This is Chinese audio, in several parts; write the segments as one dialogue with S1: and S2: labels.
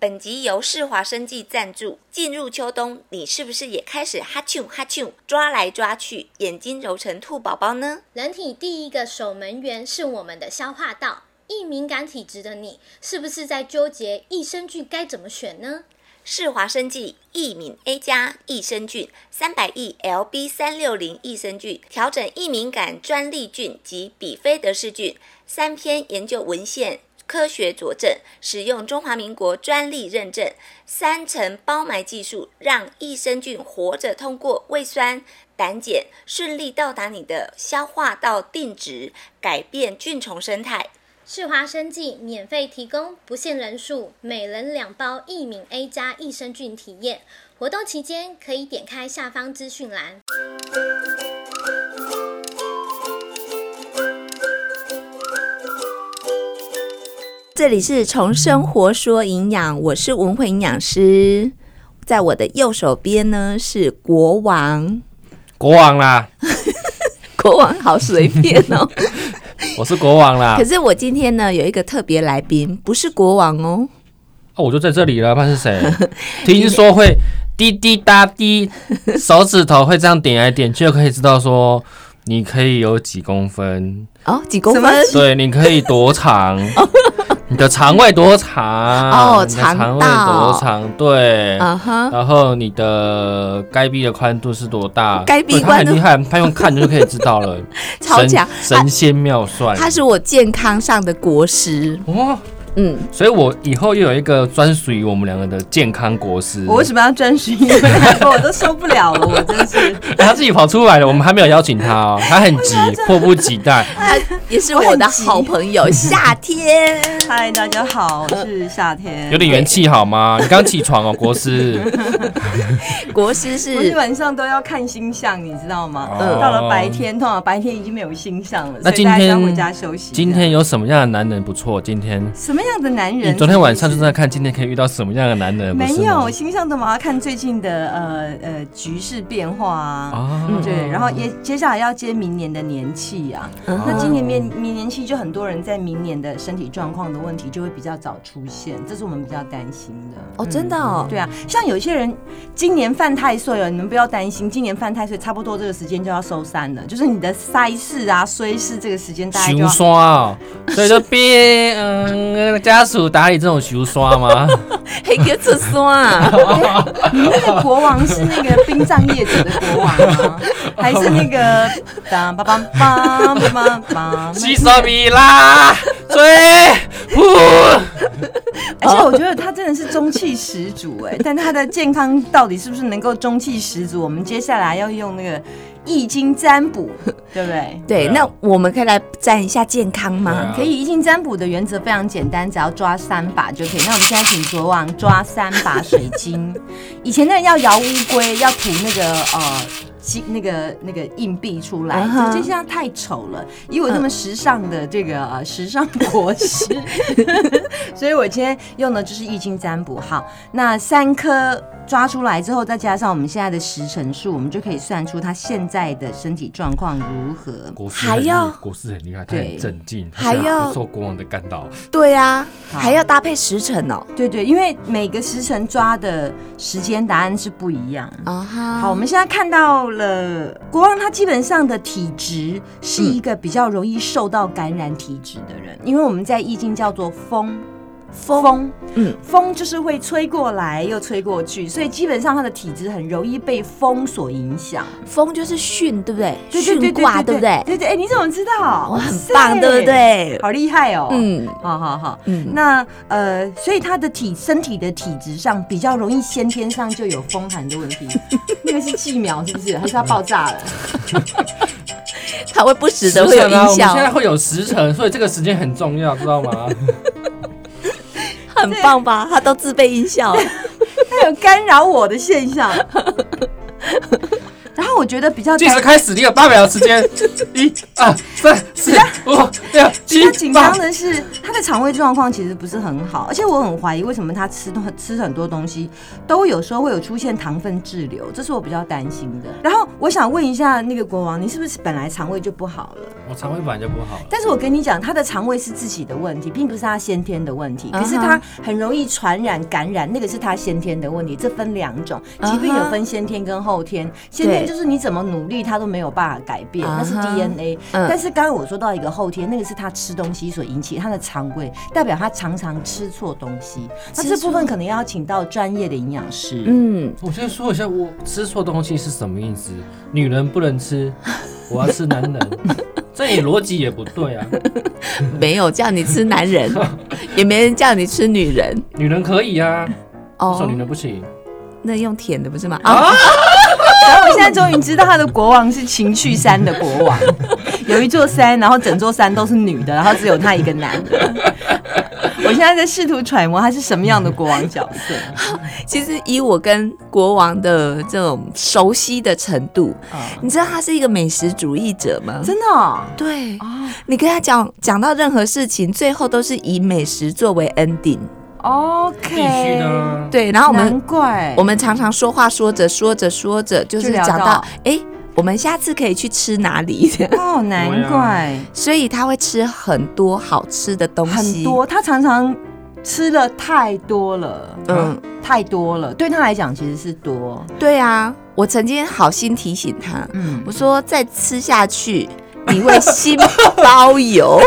S1: 本集由世华生技赞助。进入秋冬，你是不是也开始哈啾哈啾抓来抓去，眼睛揉成兔宝宝呢？
S2: 人体第一个守门员是我们的消化道。易敏感体质的你，是不是在纠结益生菌该怎么选呢？
S1: 世华生技益敏 A 加益生菌三百亿 LB 三六零益生菌调整易敏感专利菌及比菲德氏菌三篇研究文献科学佐证，使用中华民国专利认证三层包埋技术，让益生菌活着通过胃酸。胆碱顺利到达你的消化道定植，改变菌虫生态。
S2: 世华生技免费提供，不限人数，每人两包益敏 A 加益生菌体验。活动期间可以点开下方资讯栏。
S1: 这里是从生活说营养，我是文慧营养师。在我的右手边呢是国王，
S3: 国王啦，
S1: 国王好随便哦。
S3: 我是国王啦
S1: 可，是我今天呢有一个特别来宾，不是国王哦，
S3: 啊，我就在这里了，怕是 谁？听说会滴滴答滴，手指头会这样点来点去，就可以知道说你可以有几公 分，
S1: 哦，几公分
S3: 对，你可以多 长，你的肠胃多长，
S1: 哦
S3: 你的肠胃多长，对。
S1: 啊哈。
S3: 然后你的该壁的宽度是多大？
S1: 该壁
S3: 对他
S1: 宽
S3: 很
S1: 度，
S3: 厉害，他用看就可以知道了
S1: 超
S3: 神
S1: 强
S3: 神仙妙算。
S1: 他是我健康上的国师，
S3: 哦，
S1: 嗯，
S3: 所以我以后又有一个专属于我们两个的健康国师。
S4: 我为什 么要专心？你们两个我都受不了了，我真是
S3: 哎他自己跑出来了，我们还没有邀请他 哦，他很急，迫不及待。
S1: 他也是我的好朋友。夏天，
S4: 嗨，大家好，我是夏天，
S3: 有点元气好吗？你刚起床哦，国师。
S1: 国师
S4: 我是
S1: 是
S4: 晚上都要看星象，你知道吗？
S3: 哦
S4: 到了白天，通常白天已经没有星象了，
S3: 那
S4: 所以
S3: 今
S4: 大家要
S3: 天
S4: 回家休息。
S3: 今
S4: 这样
S3: 天有什么样的男人不错？今天
S4: 什么样的男
S3: 你
S4: 人？
S3: 昨天晚上就在看今天可以遇到什么样的男人？不
S4: 没
S3: 是吗
S4: 有星象的嘛？要看最近的呃呃局势变化啊。
S3: 啊
S1: 嗯
S4: 对，然后也接下来要接明年的年气啊，
S3: 哦
S1: 嗯
S4: 那今年明明年气就很多人在明年的身体状况的问题就会比较早出现，这是我们比较担心的。
S1: 哦，真的哦，
S4: 对啊，像有些人今年犯太岁了，你们不要担心，今年犯太岁差不多这个时间就要收山了，就是你的塞事啊、衰事这个时间大家就
S3: 熊
S4: 要。
S3: 刷哦，所以就别嗯家属打理这种熊刷 吗？
S1: 黑哥子孙啊，
S4: 你们那个国王是那个殡葬业者的国王吗？还是那个当梆梆梆梆梆？
S3: 西索比拉追呼。
S4: 而且我觉得他真的是中气十足哎、但他的健康到底是不是能够中气十足？我们接下来要用那个易经占卜，对不对？
S1: 对，
S3: 对啊
S1: 那我们可以来占一下健康
S3: 对
S1: 吗
S3: 啊？
S4: 可以，易经占卜的原则非常简单，只要抓三把就可以。那我们现在请国王抓三把水晶。以前的人要摇乌龟，要吐那个呃金那个那个硬币出来
S1: 啊哈，
S4: 这这样太丑了。以我这么时尚的这个、呃、 时尚国师，所以我今天用的就是易经占卜。好，那三颗抓出来之后，再加上我们现在的时辰数，我们就可以算出他现在的身体状况如何。
S3: 国师
S1: 还
S3: 很厉
S1: 要
S3: 国师很厉害，他
S4: 对
S3: 很镇静，他
S1: 还
S3: 是
S1: 要
S3: 不受国王的干扰。
S1: 对呀，
S4: 好
S1: 还要搭配时辰哦。
S4: 对对，因为每个时辰抓的时间答案是不一样。
S1: 啊哈，
S4: 好，我们现在看到了国王，他基本上的体质是一个比较容易受到感染体质的人，因为我们在易经叫做风。风，
S1: 嗯
S4: 嗯，风就是会吹过来又吹过去，所以基本上他的体质很容易被风所影响。
S1: 风就是巽，对不对？
S4: 对对对
S1: 巽卦，对不对？
S4: 对对，哎，你怎么知道？
S1: 我很
S4: 哇
S1: 棒，
S4: 塞
S1: 对不？对？
S4: 好厉害哦！嗯，
S1: 嗯
S4: 好好好，
S1: 嗯，
S4: 那呃，所以他的体身体的体质上比较容易先天上就有风寒的问 题，那个是气苗是不是？还是要爆炸了？
S1: 它会不时的
S3: 时
S1: 会有
S3: 辰啊，
S1: 音
S3: 我们现在
S1: 效，
S3: 会有时辰，所以这个时间很重要，知道 吗？
S1: 很棒吧？它都自备音效，
S4: 它 有干扰我的现 象。然后我觉得比较
S3: 计时
S4: 担
S3: 开始，你有八秒时间，一、二、三、四、五、六、
S4: 比较
S3: 七、
S4: 紧
S3: 八
S4: 张。的是他的肠胃状况其实不是很好，而且我很怀疑为什么他吃东吃很多东西都有时候会有出现糖分滞留，这是我比较担心的。然后我想问一下那个国王，你是不是本来肠胃就不好了？
S3: 我肠胃本来就不好了。
S4: 但是我跟你讲，他的肠胃是自己的问题，并不是他先天的问题。
S1: 嗯哼
S4: 可是他很容易传染感染，那个是他先天的问
S1: 嗯
S4: 题。这分两种，疾病有分先天跟后天。先天就是你怎么努力，他都没有办法改变，
S1: 嗯
S4: 那是
S1: 哼
S4: DNA。
S1: 嗯
S4: 但是刚刚我说到一个后天，那个是他吃东西所引起他的肠胃，代表他常常吃错东西。那
S1: 吃
S4: 这部分
S1: 错
S4: 可能要请到专业的营养师。
S1: 嗯，
S3: 我先说一下，我吃错东西是什么意思？女人不能吃， 我要吃男人，这也逻辑也不对啊。
S1: 没有叫你吃男人，也没人叫你吃女人
S3: 女人可以啊，为什么女
S1: 哦。
S3: 人不行？
S1: 那用舔的不是吗？啊，
S4: 然 后我现在终于知道他的国王是情趣山的国王， 有一座山，然后整座山都是女的，然后只有他一个男的。我现在在试图揣摩他是什么样的国王角色。
S1: 其实以我跟国王的这种熟悉的程度，你知道他是一个美食主义者吗？
S4: 真的哦，
S1: 对，你跟他讲讲到任何事情，最后都是以美食作为 ending。
S4: 哦，OK，
S3: 必须的啊。
S1: 对，然后我们
S4: 难怪
S1: 我们常常说话说着说着说着，就是
S4: 就聊
S1: 讲到
S4: 到
S1: 哎，我们下次可以去吃哪里？
S4: 哦，难怪
S1: 所以他会吃很多好吃的东西，
S4: 很多，他常常吃了太多了，
S1: 嗯，
S4: 太多了，对他来讲其实是多，
S1: 对啊，我曾经好心提醒他，
S4: 嗯
S1: 我，说再吃下去你会心包 油。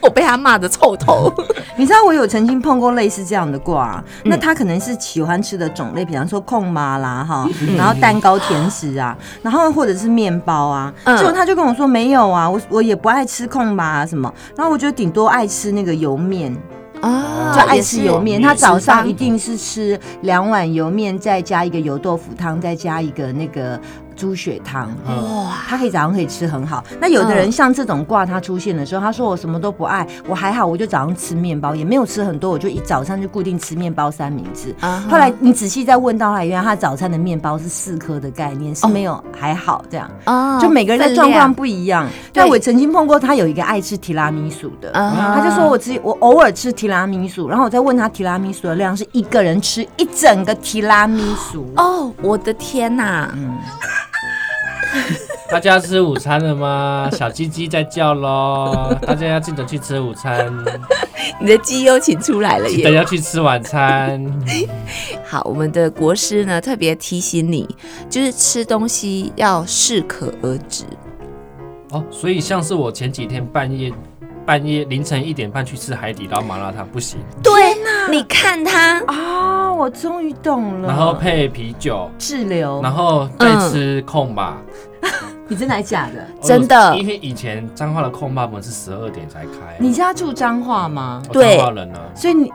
S1: 我被他骂的臭头，
S4: 你知道我有曾经碰过类似这样的卦，啊
S1: 嗯
S4: 那他可能是喜欢吃的种类，比方说控妈啦哈，
S1: 嗯
S4: 然后蛋糕、甜食啊，然后或者是面包啊。
S1: 嗯
S4: 结果他就跟我说没有啊，我我也不爱吃控妈啊什么，然后我觉得顶多爱吃那个油面，
S1: 啊
S4: 就
S3: 哦
S4: 爱
S1: 也
S4: 吃
S1: 是
S4: 油面。
S3: 也是
S4: 他早
S1: 脂肪
S4: 上一定是吃两碗油面，再加一个油豆腐汤，再加一个那个猪血汤。
S3: 嗯，
S1: 哇，
S4: 他可以早上可以吃很好。那有的
S1: 嗯
S4: 人像这种卦，他出现的时候，他说我什么都不爱，我还好，我就早上吃面包，也没有吃很多，我就一早上就固定吃面包三明治。
S1: 啊哈
S4: 后来你仔细再问到他，原来他早餐的面包是四颗的概念，是
S1: 哦
S4: 没有还好这样，
S1: 啊
S4: 就每个人的状况
S1: 分
S4: 不一样。
S1: 对
S4: 但我曾经碰过他有一个爱吃提拉米苏的，
S1: 量啊哈
S4: 他就说我只我偶尔吃提拉米苏，然后我再问他提拉米苏的量，是一个人吃一整个提拉米苏。
S1: 哦，我的天哪、
S3: 大家吃午餐了吗？小鸡鸡在叫喽，大家要记得去吃午 餐，
S1: 你的绩优请出来了
S3: 记得
S1: 耶！
S3: 要去吃晚餐。
S1: 好，我们的国师呢特别提醒你，就是吃东西要适可而止。
S3: 哦，所以像是我前几天半夜半夜凌晨一点半去吃海底捞麻辣烫不行，
S1: 对，你看他
S4: 啊，我终于
S1: 嗯
S4: 懂了。
S3: 然后配啤酒，
S4: 滞
S1: 哦
S4: 留，
S3: 然后再吃控吧。
S4: 你真的还假的？
S1: 嗯真的
S3: 因为以前彰化的控吧门是十二点才开啊，
S4: 你家住彰化吗？
S3: 我
S1: 对
S3: 彰化人啊，
S4: 所以你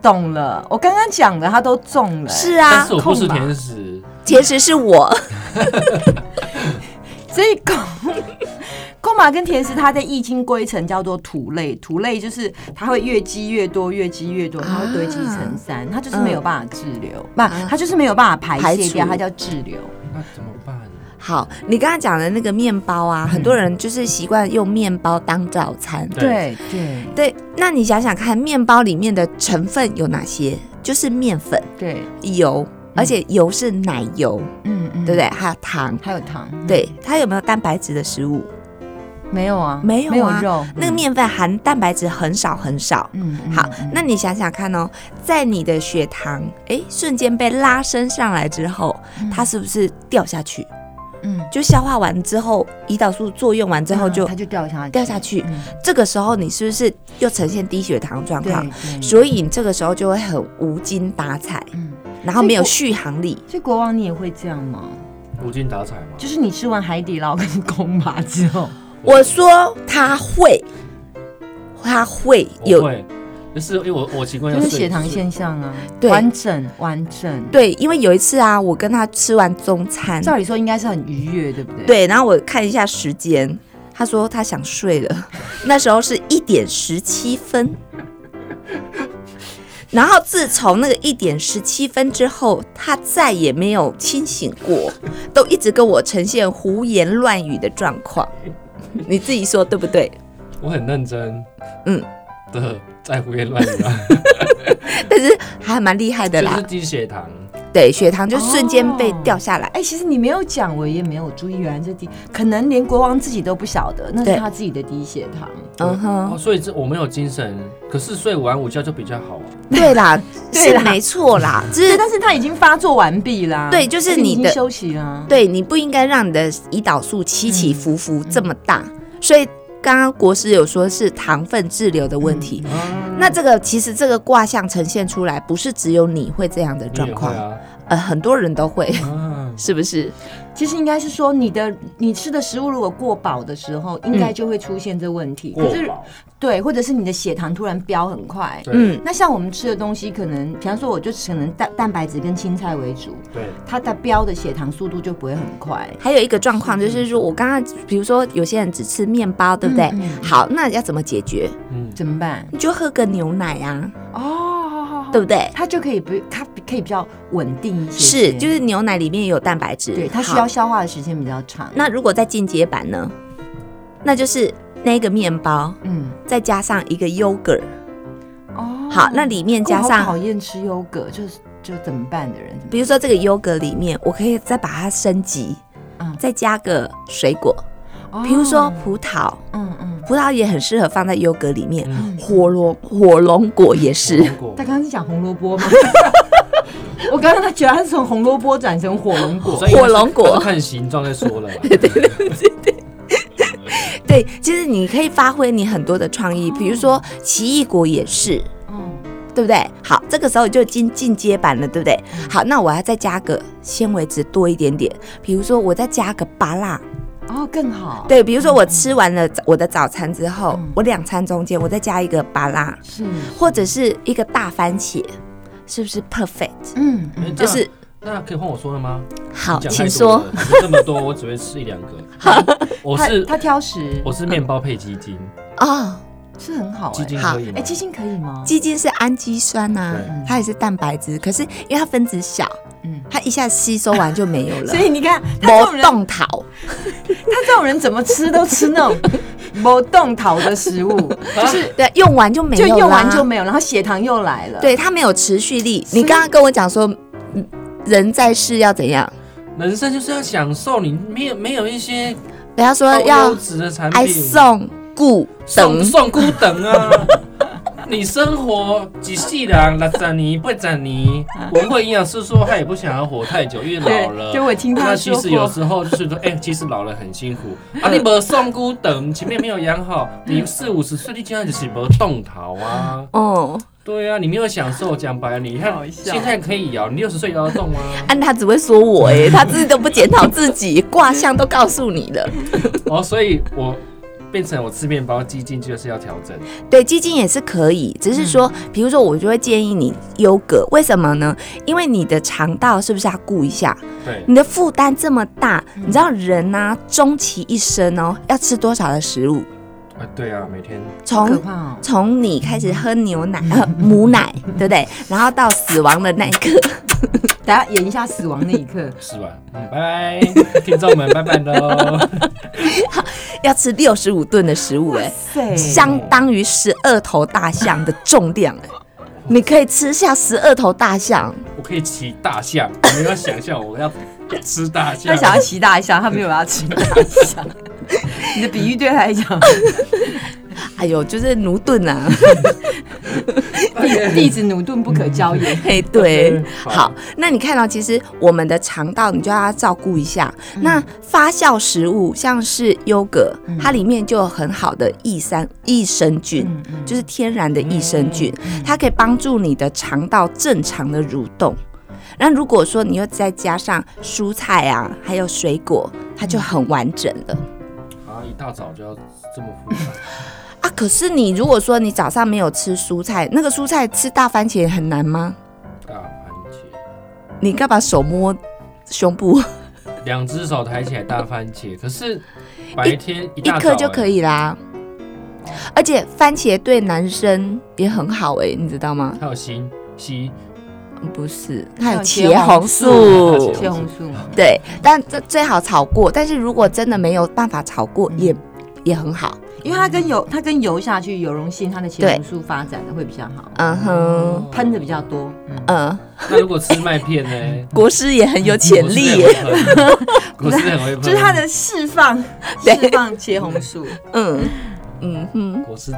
S4: 懂了，我刚刚讲的他都中了、
S1: 是
S4: 啊，
S3: 但
S1: 啊
S3: 是，我不吃
S4: 控吧
S3: 甜食，
S1: 其实是我，
S4: 所以公 公马跟甜食，它在易经归成叫做土类，土类就是它会越积越多，越积越多，它会堆积成山，它就是没有办法滞留，不、它就是没有办法嗯排泄掉，
S1: 排除
S4: 它叫滞留。
S3: 那怎么办？
S1: 好，你刚刚讲的那个面包啊，很多人就是习惯用面包当早餐。
S3: 对
S4: 对
S1: 对，那你想想看，面包里面的成分有哪些？就是面粉、
S4: 对，
S1: 油，而且油是奶油，
S4: 嗯嗯
S1: 对不对？？还有糖。
S4: 还有糖，
S1: 对，它有没有蛋白质的食物？
S4: 没有啊，
S1: 没有啊
S4: 没有肉，
S1: 那个面粉含蛋白质很少很少。
S4: 嗯，嗯
S1: 好，
S4: 嗯
S1: 那你想想看哦，在你的血糖诶瞬间被拉升上来之后，它是不是掉下去？
S4: 嗯，
S1: 就消化完之后，胰岛素作用完之后就
S4: 它就掉下去
S1: 掉下去
S4: 嗯
S1: 这个时候你是不是又呈现低血糖状
S4: 对
S1: 况？
S4: 对
S1: 所以你这个时候就会很无精打采，
S4: 嗯，
S1: 然后没有续航力。
S4: 所以国王你也会这样吗？
S3: 无精打采吗？
S4: 就是你吃完海底捞跟公马之后，
S1: 我说他会，他会
S3: 我
S1: 有
S3: 会，就是因为我我习惯要
S4: 就是
S3: 睡
S4: 血糖
S3: 就是
S4: 现象啊，
S1: 对
S4: 完整完整。，
S1: 对，因为有一次啊，我跟他吃完中餐，
S4: 照理说应该是很愉悦，对不对？，
S1: 对，然后我看一下时间，他说他想睡了， 那时候是一点十七分。 然后自从那个一点十七分之后，他再也没有清醒过，都一直跟我呈现胡言乱语的状况。 你自己说对不对？
S3: 我很认真，
S1: 嗯
S3: 的在胡言乱语啊，
S1: 但是还蛮厉害的
S3: 就是
S1: 啦。
S3: 低血糖，
S1: 对，血糖就瞬间被掉下来。
S4: 哎、其实你没有讲，我也没有注意，原来这低，可能连国王自己都不晓得，那
S1: 对
S4: 是他自己的低血糖。
S1: 嗯哼，
S3: 哦，所以这我没有精神，可是睡完午觉就比较好啊。
S1: 对啦，
S4: 对
S1: 是
S4: 啦
S1: 没错啦，只
S4: 对，
S1: 是
S4: 但是他已经发作完毕啦。
S1: 对就是
S4: 而且你
S1: 你
S4: 已经
S1: 的
S4: 休息啦。
S1: 对你不应该让你的胰岛素起
S4: 嗯
S1: 起伏伏这么大，所以刚刚国师有说是糖分滞留的问
S4: 嗯
S1: 题。
S4: 啊
S1: 那这个其实这个卦象呈现出来，不是只有你会这样的
S3: 你
S1: 状
S3: 也会
S1: 况，
S3: 啊。
S1: 呃，很多人都会，
S3: 嗯
S1: 是不是？
S4: 其实应该是说，你的你吃的食物如果过饱的时候，应
S1: 嗯
S4: 该就会出现这问题。
S3: 过
S4: 可是
S3: 饱，
S4: 对，或者是你的血糖突然飙很快。
S3: 对
S1: 嗯，
S4: 那像我们吃的东西，可能比方说，我就只可能蛋蛋白质跟青菜为主，
S3: 对，
S4: 它的飙的血糖速度就不会很快。
S1: 还有一个状况就是说，我刚刚比如说有些人只吃面包，对不对？
S4: 嗯嗯
S1: 好，那要怎么解决？
S3: 嗯，
S4: 怎么办？
S1: 你就喝个牛奶啊，
S4: 哦，好好好
S1: 对不对？
S4: 它就可以不，它可以比较稳定一些些
S1: 是，就是牛奶里面有蛋白质，
S4: 对它需
S1: 好
S4: 要消化的时间比较长。
S1: 那如果在进阶版呢，那就是那个面包
S4: 嗯，
S1: 再加上一个 yogurt，
S4: 哦，
S1: 好，那里面加
S4: 我好
S1: 上，
S4: 讨厌吃优格，就是就怎么办的人，怎么
S1: 比如说这个 yogurt 里面，我可以再把它升级，
S4: 嗯
S1: 再加个水果，
S4: 办
S1: 比如说
S4: 哦
S1: 葡萄，
S4: 嗯嗯，
S1: 葡萄也很适合放在 yogurt 里面，
S3: 嗯
S1: 火龙火龙果也是，
S3: 过
S4: 他刚刚是讲红萝卜吗？ 我刚刚他觉得他是从红萝卜转成火龙果，
S3: 所以
S1: 火龙果
S3: 它是看形状再说了啦。对对对，
S1: 对，其实你可以发挥你很多的创
S4: 哦
S1: 意，比如说奇异果也是，
S4: 嗯，
S1: 对不对？好，这个时候就进进阶版了，对不对？
S4: 嗯
S1: 好，那我要再加个纤维质多一点点，比如说我再加个芭辣，
S4: 哦更好，，
S1: 对，比如说我吃完了早我的早餐之后，
S4: 嗯
S1: 我两餐中间我再加一个芭辣，
S4: 是，
S1: 或者是一个大番茄，是不是 perfect？
S4: 嗯，嗯
S1: 就是
S3: 那可以换我说了吗？
S1: 好，
S3: 你讲太
S1: 请
S3: 多
S1: 说
S3: 了，你这么多，我只会吃一两个。我
S4: 他
S3: 是
S4: 他挑食，
S3: 我是面包配鸡精，
S1: 哦。
S4: 是很好
S3: 鸡精
S4: 哎，
S3: 可以吗
S4: 哎，？鸡精可以吗？
S1: 鸡精是氨基酸呐、
S3: 对
S1: 它也是蛋白质，可是因为它分子小，
S4: 嗯
S1: 它一下吸收完就没有 了
S4: 所。以你看他这
S1: 魔
S4: 种人，
S1: 动桃，
S4: 他这种人怎么吃都吃那种 没动桃的食物，
S3: 就是
S1: 对，用完就没有
S4: 就
S1: 啦，
S4: 用完就没有，然后血糖又来了，
S1: 对，它没有持续力。
S4: 所以
S1: 你刚刚跟我讲说，嗯人在世要怎样？
S3: 人生就是要享受，你没有没有一些
S1: 不要说
S3: 高
S1: 要
S3: 优质的哦产
S1: 爱
S3: 品，
S1: 送故
S3: 送
S1: 等，
S3: 送孤等啊！ 你生活几世人，六十年、八十 年，文慧营养师说他也不想要活太久，因为老了。
S4: 对， 就我听他
S3: 那
S4: 说
S3: 其
S4: 过
S3: 实，有时候就是说，哎、其实老了很辛 苦啊，你没送孤等，前面没有养好，你四五十岁你竟然就是没动桃 啊。
S1: 哦，
S3: 对啊，你没有享受，讲白了，你
S4: 好
S3: 看
S4: 笑
S3: 现在可以摇，你六十岁摇得动吗？啊
S1: 按他只会说我哎、 他自己都不检讨自己，卦象都告诉你了。
S3: 哦，所以我变成我吃面包基金就是要调整，
S1: 对，基金也是可以，只是说，比如说我就会建议你优格，为什么呢？因为你的肠道是不是要顾一下？
S3: 对，
S1: 你的负担这么大，你知道人呐、终其一生哦，要吃多少的食物？
S3: 啊，对啊，每天
S4: 好可
S1: 从
S4: 怕哦，
S1: 从你开始喝牛奶、呃母奶，对不对？然后到死亡的那一刻，
S4: 等下演一下死亡那一 刻。
S3: 是吧？嗯，拜拜，听众们，拜拜喽。
S1: 要吃六十五吨的食物、哎，
S4: 塞
S1: 相当于十二头大象的重量、哎，你可以吃下十二头大象。
S3: 我可以骑大象，你要想象我要吃大象。
S4: 他想要骑大象，他没有要骑大象。你的比喻对他来 讲，
S1: 哎呦，就是奴顿 啊。
S4: 弟子奴钝不可教也。
S1: 嘿，对
S3: OK，，好
S1: 嗯好，那你看到、其实我们的肠道，你就要照顾一下。那发酵食物像是优格，它里面就有很好的益生益生菌，
S4: 嗯嗯
S1: 就是天然的益生菌，它可以帮助你的肠道正常的蠕动。那如果说你又再加上蔬菜啊，还有水果，它就很完整了。
S3: 啊，一大早就要这么复杂，
S1: 啊，可是你如果说你早上没有吃蔬菜，那个蔬菜吃大番茄很难吗？
S3: 大番茄，
S1: 你干嘛手摸胸部？
S3: 两只手抬起来大番茄，可是白天一
S1: 一
S3: 大早
S1: 颗就可以啦。而且番茄对男生也很好哎、你知道吗
S3: 欸，？还有锌硒，
S1: 嗯不是，它有
S4: 有
S1: 茄
S4: 茄
S1: 红
S4: 红
S1: 素
S3: 素。
S4: 切红素，
S1: 对，但这最好炒过，但是如果真的没有办法炒过，也也很好。
S4: 因为它跟油，它跟油下去，油溶性它的茄红素发展的会比较好，
S1: 嗯
S3: 哦
S1: 哼，
S4: 喷的比较多。嗯，
S1: 嗯，
S3: 那如果吃麦片呢？
S1: 国师也很有 潜
S3: 嗯
S1: 力耶。
S3: 股市很会喷，
S4: 就是它 的释 放，
S1: 对
S4: 释放茄红素。
S1: 嗯嗯哼，
S3: 股市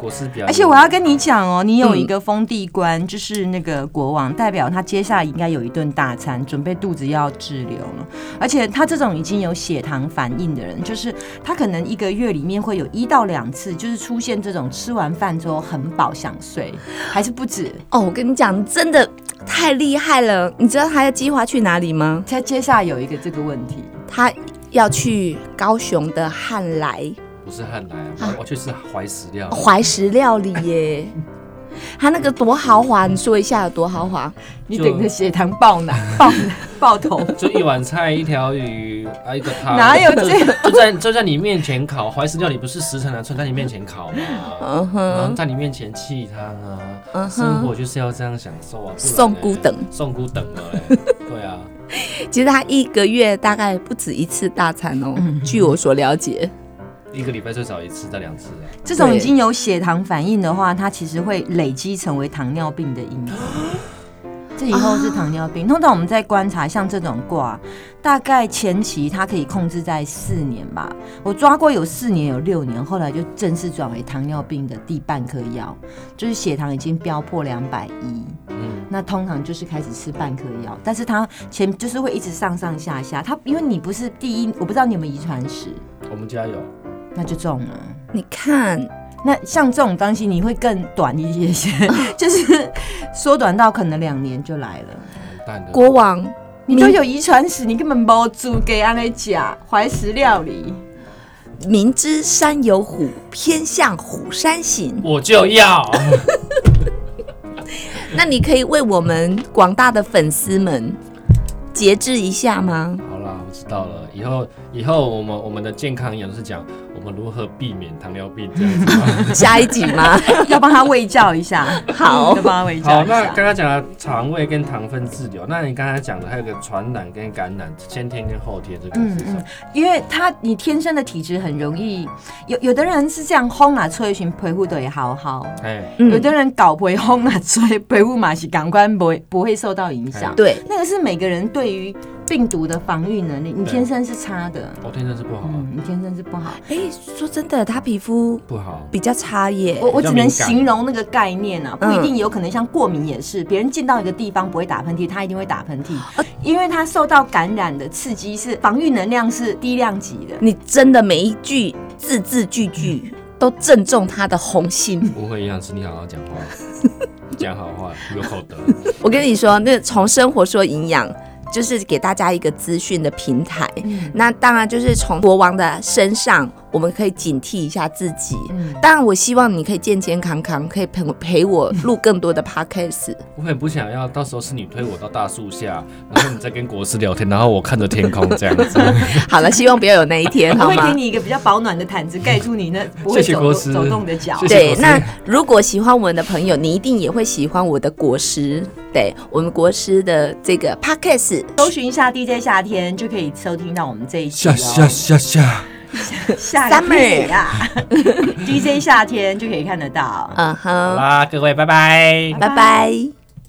S3: 股市表演。
S4: 而且我要跟你讲哦，你有一个封地官，就是那个国王，代表他接下来应该有一顿大餐，准备肚子要滞留了。而且他这种已经有血糖反应的人，就是他可能一个月里面会有一到两次，就是出现这种吃完饭之后很饱想睡，还是不止。
S1: 哦，我跟你讲，真的太厉害了。你知道他的计划去哪里吗？
S4: 他接下来有一个这个问题，
S1: 他要去高雄的汉来
S3: 不是汉来，我我去吃怀石料理。
S1: 怀石料理耶。 他那个多豪华，你说一下有多豪华？
S4: 你
S3: 就
S4: 等着血糖爆奶、爆奶、爆头。
S3: 就一碗菜，一条鱼，啊一个汤，
S4: 哪有这
S3: 就在就在你面前烤怀石料理，不是时常拿出来在你面前烤吗？
S1: 嗯
S3: 然后
S1: 哼，
S3: 在你面前气汤啊，
S1: 嗯
S3: 生
S1: 哼，
S3: 活就是要这样享受啊，不然呢
S1: 送孤等，
S3: 送孤等了嘞， 对啊，
S1: 其实他一个月大概不止一次大餐哦。据我所了解，
S3: 一个礼拜最少一次到两次啊，
S4: 这种
S1: 对
S4: 已经有血糖反应的话，它其实会累积成为糖尿病的因子。这以后是糖尿病。通常我们在观察像这种卦，大概前期它可以控制在四年吧。我抓过有四年，有六年，后来就正式转为糖尿病的第半颗药，就是血糖已经飙破两百一。
S3: 嗯，
S4: 那通常就是开始吃半颗药，但是它前就是会一直上上下下。它因为你不是第一，我不知道你有没有遗传史，
S3: 我们家有，
S4: 那就中了。
S1: 你看，
S4: 那像这种东西，你会更短一些 些，就是缩短到可能两年就来了。
S3: 完蛋了
S1: 国王，
S4: 你都有遗传史，你根本没煮给安来假怀石料理。
S1: 明知山有虎，偏向虎山行。
S3: 我就要，
S1: 那你可以为我们广大的粉丝们节制一下吗？
S3: 好啦，我知道了，以后以后我们我们的健康营养是讲我们如何避免糖尿病这样子吗。
S1: 下一集吗？
S4: 要帮他喂教一 下，
S1: 好
S4: 要帮他喂教
S3: 好，
S4: 一
S3: 那
S4: 下。
S3: 刚刚讲的肠胃跟糖分滞留，那你刚才讲的还有个传染跟感染，先天跟后天这个
S4: 嗯
S3: 是什么？
S4: 因为他你天生的体质很容易，有有的人是这样轰啊吹寻陪护的也好好，
S3: 哎、
S1: 嗯
S4: 有的人搞陪轰啊吹陪护马是感官不会不会受到影响。
S1: 对，
S4: 那个是每个人对于病毒的防御能力，你天生是差的。
S3: 后天真是不好，啊
S4: 嗯，你天生是不好。
S1: 哎、说真的，他皮肤
S3: 不好。
S1: 比较差耶
S4: 我。
S3: 比
S4: 我只
S3: 较
S4: 能
S3: 敏感
S4: 形容那个概念啊，不
S1: 嗯
S4: 一定有可能像过敏也是，别人进到一个地方不会打喷嚏，他一定会打喷嚏，
S3: 呃
S4: 因为他受到感染的刺激是防御能量是低量级的。
S1: 你真的每一句字字句句都正中他的红心。
S3: 不会营养师，你好好讲 话，讲好话，有口德。
S1: 我跟你说，那从生活说营养，就是给大家一个资讯的平台。那当然就是从国王的身上，我们可以警惕一下自己。
S4: 嗯，
S1: 当然，我希望你可以健健康康，可以陪我陪我录更多的 podcast。
S3: 我很不想要，到时候是你推我到大树下，然后你在跟国师聊天，然后我看着天空这样 子。
S1: 好了，希望不要有那一天，
S4: 我
S1: 好
S4: 会给
S1: 吗？
S4: 你一个比较保暖的毯子盖住你 那不会
S3: 谢谢
S4: 走
S3: 国
S4: 动
S3: 师
S4: 走动的脚
S3: 谢。谢
S1: 对
S3: 老，师
S1: 那如果喜欢我们的朋友，你一定也会喜欢我的国师。对我们国师的这个 podcast，
S4: 搜寻一下 DJ 夏天就可以收听到我们这一期哦。
S3: 下下，
S4: 下
S1: Summer
S4: 啊 ，DJ 夏天就可以看得到。
S1: 嗯
S3: 好
S1: 哼，
S3: 啦，各位，拜拜。
S1: 拜拜。